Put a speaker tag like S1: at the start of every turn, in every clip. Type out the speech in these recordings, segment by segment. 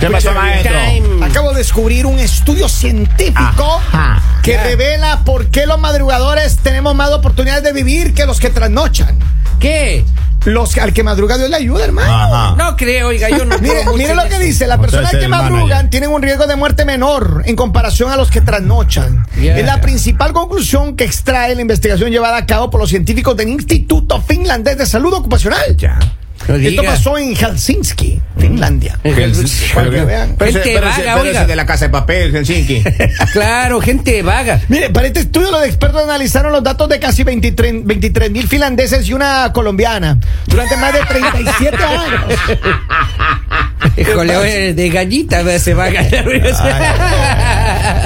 S1: ¿Qué pasó, maestro?
S2: Acabo de descubrir un estudio científico
S1: Ajá.
S2: que
S1: ¿Qué?
S2: revela por qué los madrugadores tenemos más oportunidades de vivir que los que trasnochan.
S3: ¿Qué?
S2: Los que- al que madruga Dios le ayuda, hermano.
S1: Ajá.
S3: No creo, oiga, yo no
S2: Mire,
S3: creo mucho
S2: mire
S3: en
S2: lo que
S3: eso.
S2: dice, las
S1: Usted
S2: personas
S1: es
S2: que
S1: el
S2: madrugan
S1: manager.
S2: tienen un riesgo de muerte menor en comparación a los que trasnochan.
S3: Yeah.
S2: Es la principal conclusión que extrae la investigación llevada a cabo por los científicos del Instituto Finlandés de Salud Ocupacional.
S1: Ya.
S3: No
S2: Esto
S3: diga.
S2: pasó en Helsinki, Finlandia.
S1: Mm.
S3: Helsinki.
S1: Pero
S2: Para
S1: que-
S2: que vean.
S1: pero ese-
S3: Gente
S1: pero ese-
S3: vaga,
S1: pero
S3: oiga.
S1: ese de la casa de papel, Helsinki.
S3: Claro, gente vaga.
S2: Mire, para este estudio los expertos analizaron los datos de casi 23 mil finlandeses y una colombiana durante más de 37 años.
S3: Híjole, oye, de gallita ¿verdad? se va a ganar.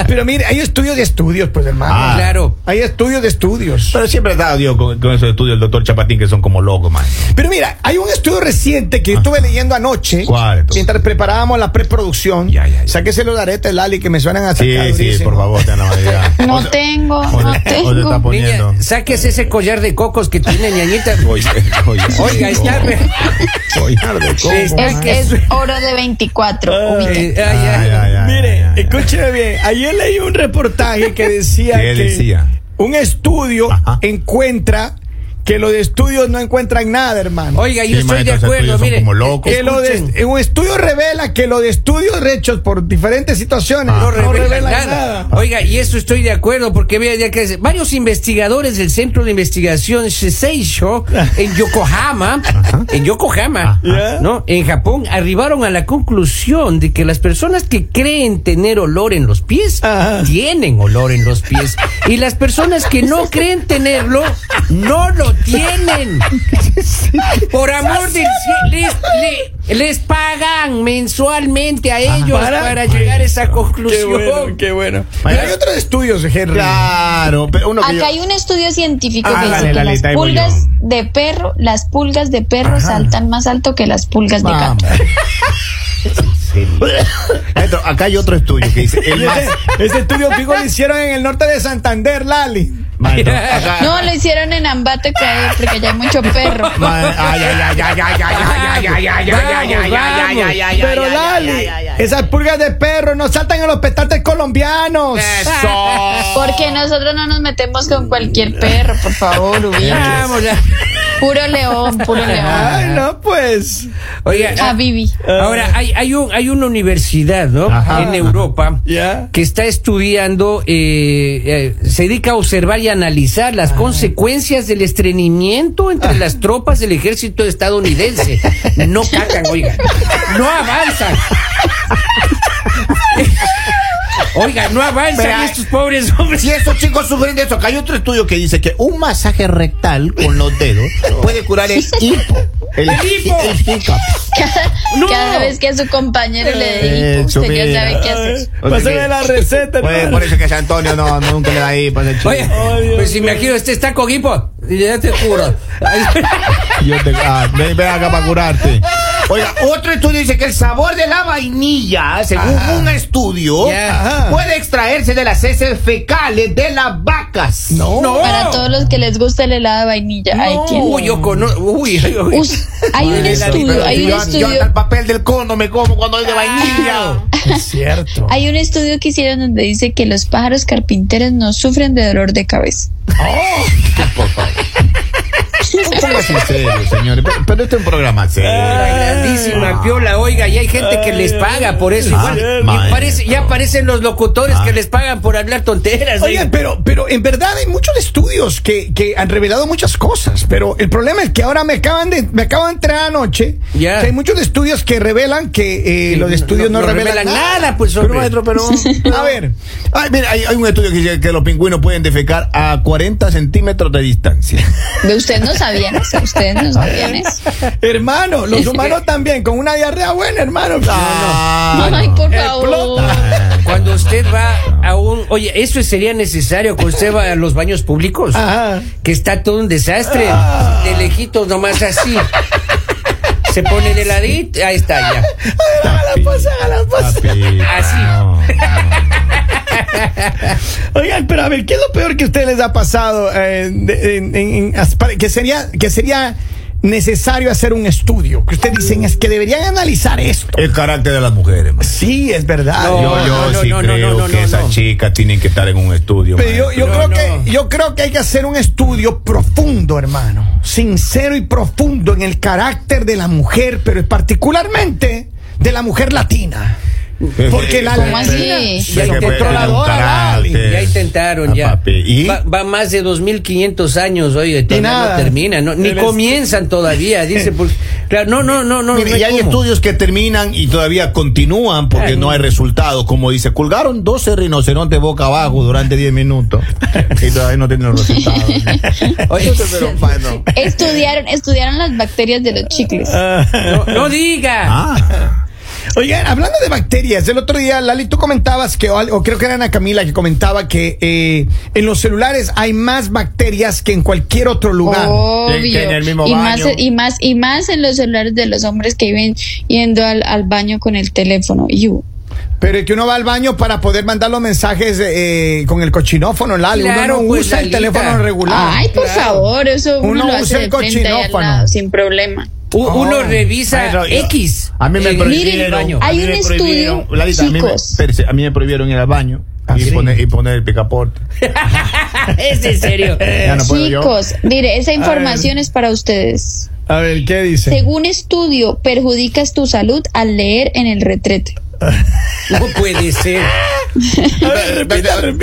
S2: Pero mire, hay estudios de estudios, pues hermano.
S1: Ah.
S3: Claro.
S2: Hay estudios de estudios.
S1: Pero siempre está Dios con, con esos estudios del doctor Chapatín que son como locos, man.
S2: Pero mira, hay un estudio reciente que estuve leyendo anoche.
S1: Ah. ¿Cuál, entonces?
S2: Mientras preparábamos la preproducción.
S1: Ya, ya, ya.
S2: Sáquese los aretes, Lali, que me suenan a
S1: Sí, sí, por favor, ten la amabilidad. O
S4: No
S1: te-
S4: tengo,
S1: o te-
S4: no
S1: o te está
S4: tengo.
S1: poniendo.
S3: Niña, sáquese ese collar de cocos que tiene ñañita.
S1: Oiga, oiga,
S3: Oiga, está re-
S1: Collar de coco.
S3: Está-
S4: Es que es hora de
S1: Ah,
S4: 24.
S3: Eh,
S4: ubique.
S3: ay, ay.
S1: Ay, ay, ay, ay,
S2: Mire,
S1: ay, ay.
S2: escúcheme bien. Ayer leí un reportaje que decía que
S1: ¿Qué decía?
S2: un estudio
S1: Ajá.
S2: encuentra que los de estudios no encuentran nada, hermano.
S3: Oiga, yo
S1: Sí,
S3: estoy de
S1: maestro, esos
S3: acuerdo,
S1: estudios son
S3: mire. eh,
S1: como locos.
S2: que lo
S3: escuchen.
S2: de, un estudio revela que los de estudios hechos por diferentes situaciones
S1: Ah.
S2: no,
S3: no
S2: revelan
S3: revela
S2: nada.
S3: nada. Oiga, y eso estoy de acuerdo porque vea ya que varios investigadores del Centro de Investigación Seisho en Yokohama, en Yokohama,
S2: Ajá.
S3: ¿no? En Japón arribaron a la conclusión de que las personas que creen tener olor en los pies
S2: Ajá.
S3: tienen olor en los pies y las personas que no creen tenerlo no lo tienen. Por amor del cielo, les, le- les pagan mensualmente a ellos
S2: para-
S3: para, llegar a esa
S2: Qué
S3: conclusión.
S2: bueno, qué bueno.
S1: Ay,
S2: Pero hay otros estudios, Henry.
S1: Claro, pero uno que yo-
S4: Acá hay un estudio científico que
S1: Ah,
S4: dice
S1: dale,
S4: que
S1: Lalita, ahí
S4: las
S1: voy
S4: pulgas
S1: yo.
S4: de perro, las pulgas de perro saltan más alto que las pulgas de gato.
S1: Maestro, acá hay otro estudio que dice el más-
S2: Ese Este estudio fijo lo hicieron en el norte de Santander, Lali.
S1: Maestro, acá-
S4: No, lo hicieron en Ambato, Ecuador, porque allá hay mucho perro.
S1: Ma- ay, ay, ay, ay, ay, ay, ay, ay, ay, ay, ay, ay, ay, ay, ay, ay, ay,
S2: Pero
S1: ay, ay,
S2: Lali,
S1: ay, ay, ay.
S2: esas pulgas de perro no saltan en los petates colombianos.
S1: Eh. Eso.
S4: Porque nosotros no nos metemos con cualquier perro, por favor, ubique.
S3: Vamos ya.
S4: Puro león, puro león.
S1: Ah.
S2: Ay, no, pues.
S3: Oiga,
S4: A Vivi.
S3: ahora hay, hay, un, hay una universidad, ¿no?
S1: Ajá.
S3: En Europa
S2: Ya.
S3: que está estudiando, eh, eh, se dedica a observar y analizar las consecuencias del estreñimiento entre las tropas del ejército estadounidense. No cagan, oiga. No avanzan. Oiga, no avanzan
S1: Pero,
S3: estos pobres hombres.
S1: Si estos chicos sufren de eso, acá hay otro estudio que dice que un masaje rectal con los dedos puede curar el hipo. El,
S3: hipo.
S1: el hiccup.
S4: Cada,
S3: No.
S4: cada vez que a su compañero le dedico,
S1: Eso,
S4: usted ya
S1: mira.
S4: sabe qué hacer.
S1: O sea
S2: Pásame
S1: que-
S2: la receta,
S1: Pues,
S2: hermano.
S1: por eso que a Antonio no, nunca le da hipo. ese chico.
S3: Oye, pues si me imagino, este está con hipo. Ya te juro.
S1: Yo te- ah, ven, ven acá para curarte. Oiga, otro estudio dice que el sabor de la vainilla, según
S2: Ah.
S1: un estudio,
S2: Oh,
S3: Ya.
S1: puede extraerse de las heces fecales de las vacas.
S3: No,
S4: Para todos los que les gusta el helado de vainilla. Hay quien.
S3: Uy, yo conozco. Uy, ay, uy.
S4: Us- Pues, hay un
S3: Eso,
S4: estudio,
S3: pero
S4: hay un
S1: yo, yo hasta el
S4: estudio,
S1: papel del cono me como cuando es de vainilla.
S2: Es cierto.
S4: hay un estudio que hicieron donde dice que los pájaros carpinteros no sufren de dolor de cabeza.
S1: Póngase en serio, señores. Pero, pero este es un programa serio.
S3: La
S2: Ah.
S3: grandísima piola, oiga, y hay gente que les paga por eso.
S1: Ah,
S3: Igual,
S1: maestro.
S3: y parece, ya aparecen los locutores
S1: Ah.
S3: que les pagan por hablar tonteras.
S2: Oye,
S3: oiga.
S2: pero, pero en verdad hay muchos estudios que, que han revelado muchas cosas, pero el problema es que ahora me acaban de, me acaban de entrar anoche
S3: Ya.
S2: que hay muchos estudios que revelan que eh, los estudios no, revelan, nada.
S3: pues
S1: Pero
S3: hombre.
S1: maestro, pero...
S2: A ver,
S1: Ay, mira, hay, hay un estudio que dice que los pingüinos pueden defecar a 40 centímetros de distancia.
S4: De ustedes no sabían eso, ustedes no sabían eso.
S2: hermano, los humanos también, con una diarrea buena, hermano.
S1: Ah,
S4: Ay,
S1: no.
S4: por
S2: Explota.
S4: favor.
S3: Cuando usted va
S2: Ah,
S3: a un, oye, eso sería necesario cuando usted va a los baños públicos,
S2: Ajá. Ah.
S3: que está todo un desastre, de lejitos nomás así. Se pone de ladito, ahí está ya.
S2: Hágala, pues, hágala, pues.
S1: Ah, Papita,
S3: Así.
S1: no.
S2: Oigan, pero a ver, ¿qué es lo peor que a ustedes les ha pasado? eh, de- en- en- en- as- para- que sería, que sería necesario hacer un estudio. Que ustedes dicen es que deberían analizar esto.
S1: El carácter de las mujeres, maestro.
S2: Sí, es verdad.
S3: No,
S1: Yo, yo
S3: no,
S1: sí
S3: no, no,
S1: creo
S3: no, no,
S1: que
S3: no,
S1: esas
S3: no.
S1: chicas tienen que estar en un estudio.
S2: Pero yo,
S1: maestro.
S2: yo creo
S3: No, no.
S2: que yo creo que hay que hacer un estudio profundo, hermano, sincero y profundo en el carácter de la mujer, pero particularmente de la mujer latina. Porque la
S1: ¿Cómo
S2: latina
S4: así?
S1: Sí, que puede tener un carácter.
S3: Ya intentaron,
S1: Ah,
S3: ya.
S1: papi, ¿y?
S3: Va, va más de 2.500 años, oye, todavía
S2: nada.
S3: no termina, no, ni
S2: El
S3: comienzan todavía, dice. Porque, claro, no, no, no, no.
S1: Mire,
S3: no
S1: y hay
S3: cómo.
S1: estudios que terminan y todavía continúan porque
S3: Ay,
S1: no hay resultados. Como dice, colgaron 12 rinocerontes boca abajo durante 10 minutos y todavía no tienen los resultados.
S3: Oye,
S1: Pero, bueno.
S4: Estudiaron, estudiaron las bacterias de los chicles.
S3: no, no diga.
S1: Ah,
S2: Ah. Oigan, hablando de bacterias, el otro día, Lali, tú comentabas que, o al- o creo que era Ana Camila que comentaba que eh, en los celulares hay más bacterias que en cualquier otro lugar.
S1: Que- que Ah, en el mismo
S4: Obvio. Y más, e-
S1: baño.
S4: y más, y más en los celulares de los hombres que viven yendo al, al baño con el teléfono. Iu.
S2: Pero es que uno va al baño para poder mandar los mensajes eh, con el cochinófono, Lali.
S3: Claro,
S2: uno no
S3: pues,
S2: usa el
S3: Lalita.
S2: teléfono regular.
S4: Ay, pues. por
S3: claro.
S4: favor, eso uno,
S2: Uno
S4: lo
S2: usa
S4: hace
S2: el
S4: de frente ahí al
S2: cochinófano.
S4: lado, sin problema.
S3: U- Uno
S2: Oh.
S3: revisa
S1: Ay, no, yo-
S3: X.
S1: A mí me
S3: en-
S1: prohibieron.
S3: en el baño.
S1: a mí
S4: Eh, Hay un
S1: me
S4: estudio,
S1: prohibieron- Larita, a mí, me,
S4: chicos.
S1: espérese, a mí me prohibieron ir al baño
S2: Ah,
S1: y,
S2: sí.
S1: poner, y poner el picaporte.
S3: Ah, Es en serio.
S1: Ya no puedo yo.
S4: Chicos, mire, esa información es para ustedes.
S2: A ver, ¿qué dice?
S4: Según estudio, perjudicas tu salud al leer en el retrete.
S3: No puede ser.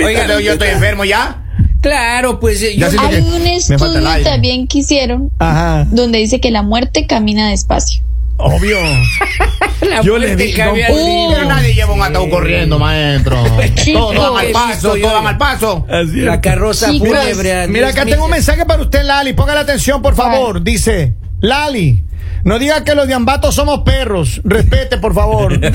S3: Oiga,
S1: yo estoy enfermo ya.
S3: Claro, pues eh, yo,
S1: Ya siento
S4: Hay
S1: que
S4: un
S1: me falta el
S4: estudio
S1: aire.
S4: también que hicieron
S2: Ajá.
S4: donde dice que la muerte camina despacio.
S2: Obvio.
S3: la
S2: yo le
S3: muerte
S2: digo,
S3: cambia
S4: pues,
S3: el
S1: Pero
S3: libro.
S1: nadie lleva un ataúd
S3: Sí.
S1: corriendo, maestro.
S4: Chicos.
S1: Todos van al paso,
S3: Estoy
S1: todos van
S3: hoy.
S1: al paso.
S2: Así es.
S3: La carroza
S4: Chicos,
S3: fúnebre. a
S2: Mira, acá
S3: 10.000.
S2: tengo un mensaje para usted, Lali. Póngale atención, por favor. Dice, Lali, no diga que los de Ambato somos perros. Respete, por favor.
S4: Pero,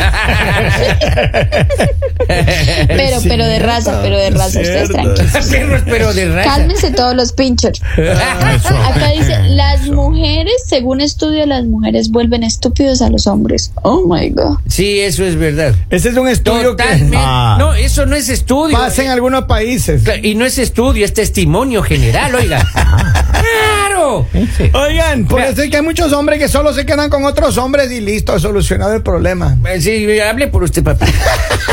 S4: pero de raza, pero de raza, ustedes tranquilos.
S3: Perros, pero de raza.
S4: Cálmense todos los pinchers.
S1: Eso.
S4: Acá dice, las mujeres, según estudio, las mujeres vuelven estúpidos a los hombres. Oh my god.
S3: Sí, eso es verdad.
S2: Ese es un estudio
S3: Totalmente.
S2: que
S1: Ah.
S3: No, eso no es estudio.
S2: pasa en algunos países.
S3: Claro, Y no es estudio, es testimonio general, oiga. ¡Claro!
S2: Oigan, por
S3: Mira.
S2: eso es que hay muchos hombres que solo se quedan con otros hombres y listo, solucionado el problema.
S3: Eh, Sí, hable por usted, papá.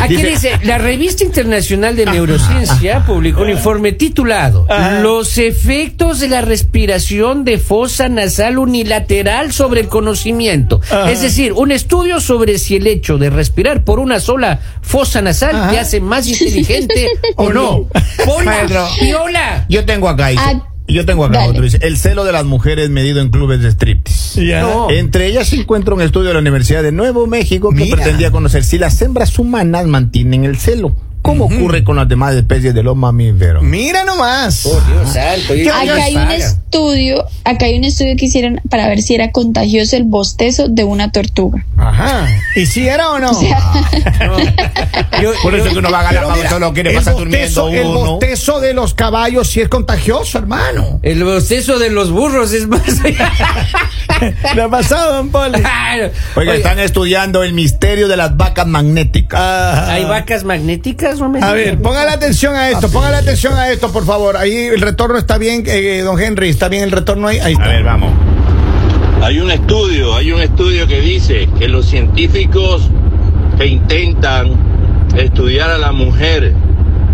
S3: Aquí dice, la revista internacional de neurociencia publicó un informe titulado Los efectos de la respiración de fosa nasal unilateral sobre el conocimiento. Es decir, un estudio sobre si el hecho de respirar por una sola fosa nasal
S2: Ajá.
S3: te hace más inteligente o no.
S1: Pedro.
S3: Hola, piola.
S1: Yo tengo acá, dice,
S4: Ah,
S1: yo tengo acá
S4: dale.
S1: otro, dice, el celo de las mujeres medido en clubes de striptease.
S3: No.
S2: Oh.
S1: Entre ellas se encuentra un estudio de la Universidad de Nuevo México que
S2: Mira.
S1: pretendía conocer si las hembras humanas mantienen el celo, como ocurre con las demás especies de los mamíferos.
S2: Mira nomás.
S3: Oh, Dios santo. y-
S4: Acá hay un estudio, acá hay un estudio que hicieron para ver si era contagioso el bostezo de una tortuga.
S2: Ajá. ¿Y si era o no?
S1: Ah,
S3: No. Yo-
S1: Por eso
S3: yo-
S1: que uno va a
S2: Pero
S1: Galápagos
S2: mira,
S1: solo quiere
S2: el
S1: pasar
S2: bostezo-
S1: durmiendo
S2: El
S1: uno.
S2: bostezo de los caballos sí es contagioso, hermano.
S3: El bostezo de los burros es más.
S2: ¿Le ha pasado, don Poli?
S3: Claro.
S1: Oiga,
S3: Oye,
S1: están estudiando el misterio de las vacas magnéticas.
S2: Ah.
S3: ¿Hay vacas magnéticas? No me
S2: A
S3: digas.
S2: ver, póngale atención a esto, póngale atención a esto, por favor. Ahí el retorno está bien, eh, don Henry, está bien el retorno ahí. Ahí está.
S1: A ver, vamos.
S5: Hay un estudio, hay un estudio que dice que los científicos que intentan estudiar a la mujer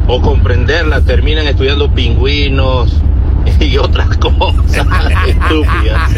S5: o comprenderla terminan estudiando pingüinos y otras cosas estúpidas.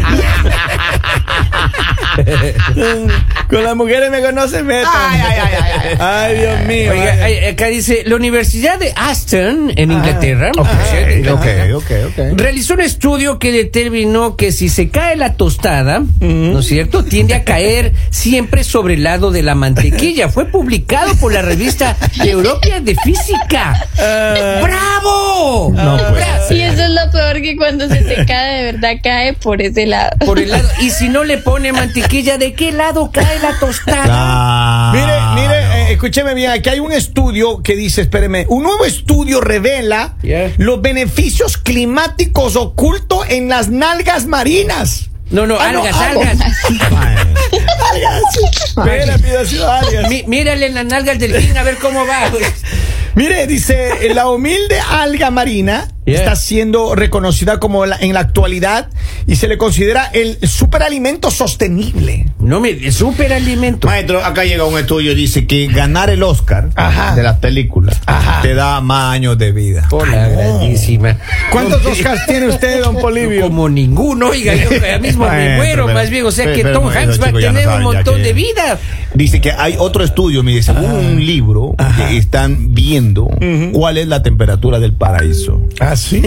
S2: Con las mujeres me conocen, metan. Ay, ay, ay, ay. Dios mío.
S3: Oiga, ay, acá dice, la Universidad de Aston, en Inglaterra, por cierto,
S1: Ah, Ok, ok, ok.
S3: realizó un estudio que determinó que si se cae la tostada, ¿no es cierto?, tiende a caer siempre sobre el lado de la mantequilla. Fue publicado por la revista Europea de Física.
S1: Ah.
S3: ¡Bravo!
S1: No, pues.
S3: Bra-
S4: Y eso es lo peor que cuando se te cae, de verdad cae por ese lado.
S3: Por el lado. Y si no le pone mantequilla, ¿de qué lado cae la tostada?
S1: Ah.
S2: Mire,
S3: Ah,
S2: mire,
S1: Claro.
S2: eh, escúcheme bien, aquí hay un estudio que dice, espéreme, un nuevo estudio revela
S3: Yeah.
S2: los beneficios climáticos ocultos en las nalgas marinas.
S3: No, no,
S2: Ah, no,
S3: algas,
S2: ah, no.
S3: algas.
S1: Ay.
S2: Espera, pido sido algas.
S3: Mi- mírale en las nalgas del fin a ver cómo va.
S2: Mire, dice, eh, la humilde alga marina
S3: Yeah.
S2: está siendo reconocida como la- en la actualidad y se le considera el superalimento sostenible.
S3: No me. Superalimento.
S1: Maestro, acá llega un estudio dice que ganar el Oscar
S2: Ajá.
S1: de las películas
S2: Ajá.
S1: te da más años de vida.
S3: Hola, grandísima.
S2: ¿Cuántos Oscars tiene usted, don Polivio?
S3: Como ninguno, oiga, yo ahora mismo me
S1: Maestro,
S3: muero,
S1: pero-
S3: más bien. O sea
S1: pero-
S3: que
S1: pero,
S3: Tom
S1: maestro,
S3: Hanks va a
S1: chicos, ya no
S3: tener un
S1: saben ya
S3: montón
S1: que-
S3: de vida.
S1: Dice que hay otro estudio, me dice, hubo
S2: Ah.
S1: un libro que están viendo cuál es la temperatura del paraíso.
S2: Ah, sí.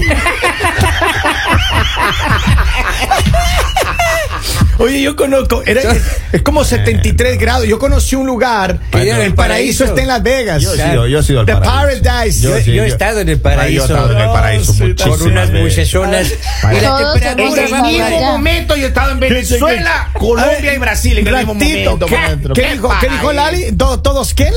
S2: Oye, yo conozco, era- es, es como 73 grados. Yo conocí un lugar,
S3: Que era
S2: el
S3: el
S2: paraíso
S3: paraíso.
S2: está en Las Vegas.
S1: Yo he sido, yo he sido al
S2: The
S1: paraíso.
S2: Paradise.
S3: Yo-
S1: he sido-
S3: yo he estado en el paraíso.
S1: Ah, yo he estado en el paraíso
S2: Sí,
S1: muchísimas
S3: Con unas
S1: veces.
S3: muchachonas. Y la
S4: Todos
S3: temperatura
S4: hemos
S3: va a
S4: estado
S3: variar.
S4: allá.
S1: momento yo he estado en
S2: A ver, ratito, ¿qué, qué dijo, qué dijo Lali? ¿Todo- ¿Todos qué, Lali?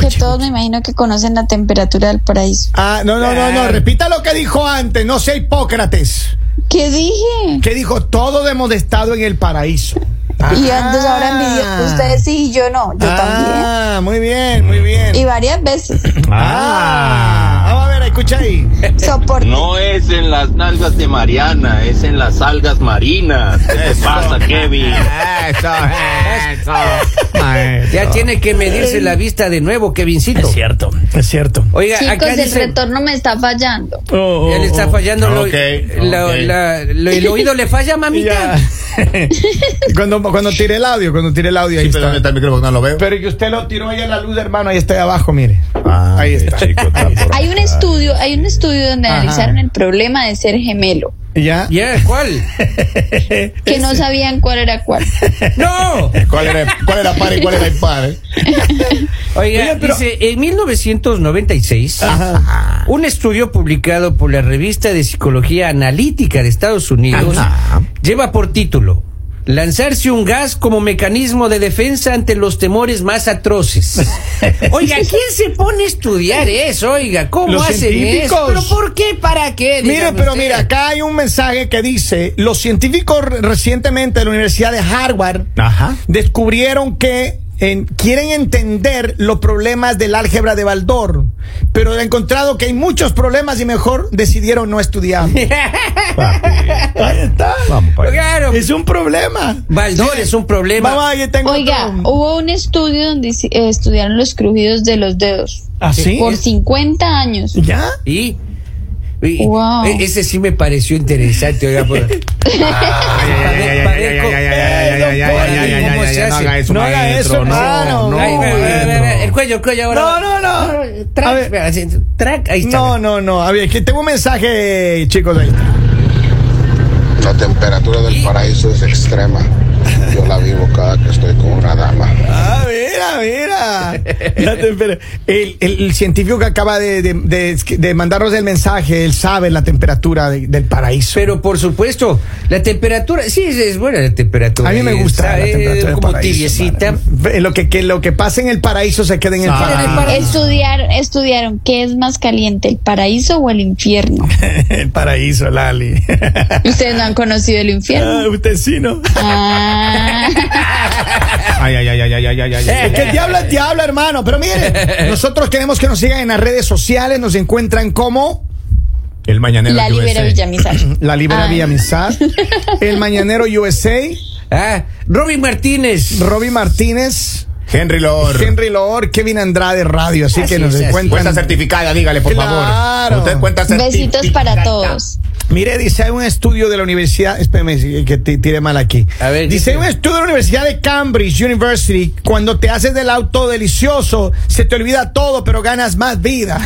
S4: Que todos me imagino que conocen la temperatura del paraíso.
S2: Ah, no, no, no, no. Repita lo que dijo antes. No sea Hipócrates.
S4: ¿Qué dije?
S2: Que dijo, todos hemos estado en el paraíso.
S4: Y antes ahora envidio. Ustedes sí y yo no. Yo también.
S2: Ah, muy bien, muy bien.
S4: Y varias veces.
S2: Ah, vamos a ver, escucha ahí.
S4: Soporte.
S5: No es en las nalgas de Mariana, es en las algas marinas. ¿Qué te pasa, Kevin?
S1: Eso, eso. Maestro.
S3: Ya tiene que medirse la vista de nuevo, Kevincito.
S2: cierto, es cierto.
S3: Oiga,
S4: Chicos,
S3: acá
S4: el
S3: dice.
S4: retorno me está fallando.
S3: Ya le
S2: Oh,
S3: está fallando lo-
S1: Ok,
S3: la-
S1: ok.
S3: la- lo- el oído le falla, mamita.
S2: Ya. cuando, cuando tire el audio, cuando tire el audio, ahí
S1: Sí, pero ¿dónde está
S2: está.
S1: el micrófono? No lo veo.
S2: Pero que usted lo tiró ahí en la luz, hermano, ahí está ahí abajo, mire.
S1: Ah,
S2: ahí
S1: qué
S2: está.
S1: chico tan por-
S4: Hay un estudio, hay un estudio donde
S2: Ajá.
S4: analizaron el problema de ser gemelo,
S2: Ya.
S3: Ya, ¿cuál?
S4: que no sabían cuál era cuál.
S3: ¡No!
S1: ¿Cuál era, ¿Cuál era par y cuál era impar? eh?
S3: Oiga,
S2: Oiga, pero-
S3: dice, en 1996, un estudio publicado por la revista de Psicología Analítica de Estados Unidos
S1: Ajá.
S3: lleva por título Lanzarse un gas como mecanismo de defensa ante los temores más atroces. Oiga, ¿quién se pone a estudiar eso? Oiga, ¿cómo
S2: Eh, Los
S3: hacen
S2: científicos.
S3: eso? ¿Pero por qué? ¿Para qué?
S2: Mire,
S3: Dígame
S2: pero
S3: usted.
S2: mira, acá hay un mensaje que dice, los científicos re- recientemente de la Universidad de Harvard
S1: Ajá.
S2: descubrieron que en- quieren entender los problemas del álgebra de Baldor, pero han encontrado que hay muchos problemas y mejor decidieron no estudiar.
S1: Papi.
S2: Ahí está.
S1: Vamos para allá.
S3: Claro,
S2: Es un problema.
S3: Baldor es un problema.
S2: Vamos, ahí tengo
S4: Oiga, oh,
S2: otro.
S4: hubo un estudio donde hici- eh, estudiaron los crujidos de los dedos
S2: ¿Ah, sí?
S4: por 50 años.
S2: ¿Ya?
S3: Y, y-
S4: Wow.
S3: e- ese sí me pareció interesante, oiga, por- Ah,
S2: No haga eso, hermano. No,
S3: Ay, ve, ve, ve, ve,
S1: maestro.
S3: El cuello, el cuello ahora.
S2: No, no, no.
S3: Track,
S2: A ver.
S3: así, track, ahí está.
S2: No, no, no. A ver, que tengo un mensaje, chicos. Ahí está.
S6: La temperatura del paraíso es extrema. Yo la vivo cada que estoy con una dama.
S2: Ah, mira, mira. Ya te espera. El, el- el científico que acaba de, de- de- de mandarnos el mensaje, él sabe la temperatura de- del paraíso.
S3: Pero por supuesto, la temperatura, sí, es, es buena la temperatura.
S2: a mí me
S3: es,
S2: gusta la
S3: eh,
S2: temperatura del
S3: Como
S2: paraíso,
S3: tibiecita.
S2: hermano. Lo que, que lo que pasa en el paraíso se queda en el
S1: Ah.
S2: paraíso.
S4: Estudiaron, estudiaron qué es más caliente, el paraíso o el infierno.
S2: el paraíso, Lali.
S4: Ustedes no han conocido el
S2: Ah,
S4: infierno.
S2: usted sí, ¿no?
S4: Ah.
S1: Ay, ay, ay, ay, ay, ay, ay, ay.
S2: Es Eh, que el diablo es diablo, hermano. Pero miren, nosotros queremos que nos sigan en las redes sociales. Nos encuentran como
S1: El mañanero.
S4: La
S1: USA.
S4: libera Villamizar.
S2: La Libera
S4: Ah.
S2: Vía Amistad, El Mañanero USA,
S3: Ah, Robin Martínez.
S2: Robbie Martínez,
S1: Henry Lord.
S2: Henry Loor, Kevin Andrade Radio. Así,
S3: Así
S2: que nos
S3: es, así
S1: Cuenta
S2: encuentran.
S1: certificada, dígale, por
S2: Claro.
S1: favor. Usted cuenta certificada.
S4: Besitos para todos.
S2: Mire, dice, hay un estudio de la universidad, espérame si- que te tire mal aquí.
S3: A ver,
S2: dice,
S3: dice.
S2: hay un estudio de la Universidad de Cambridge University, cuando te haces del auto delicioso, se te olvida todo, pero ganas más vida.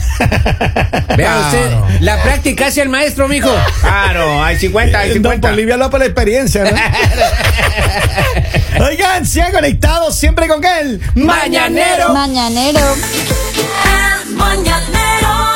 S3: Vea usted, la práctica hace el maestro, mijo. Eh,
S1: Claro, hay 50, hay
S2: Eh, Don
S1: 50.
S2: Bolivia lo por la experiencia, ¿no? Oigan, sigan conectados siempre con él.
S3: Mañanero.
S4: Mañanero.
S7: El mañanero.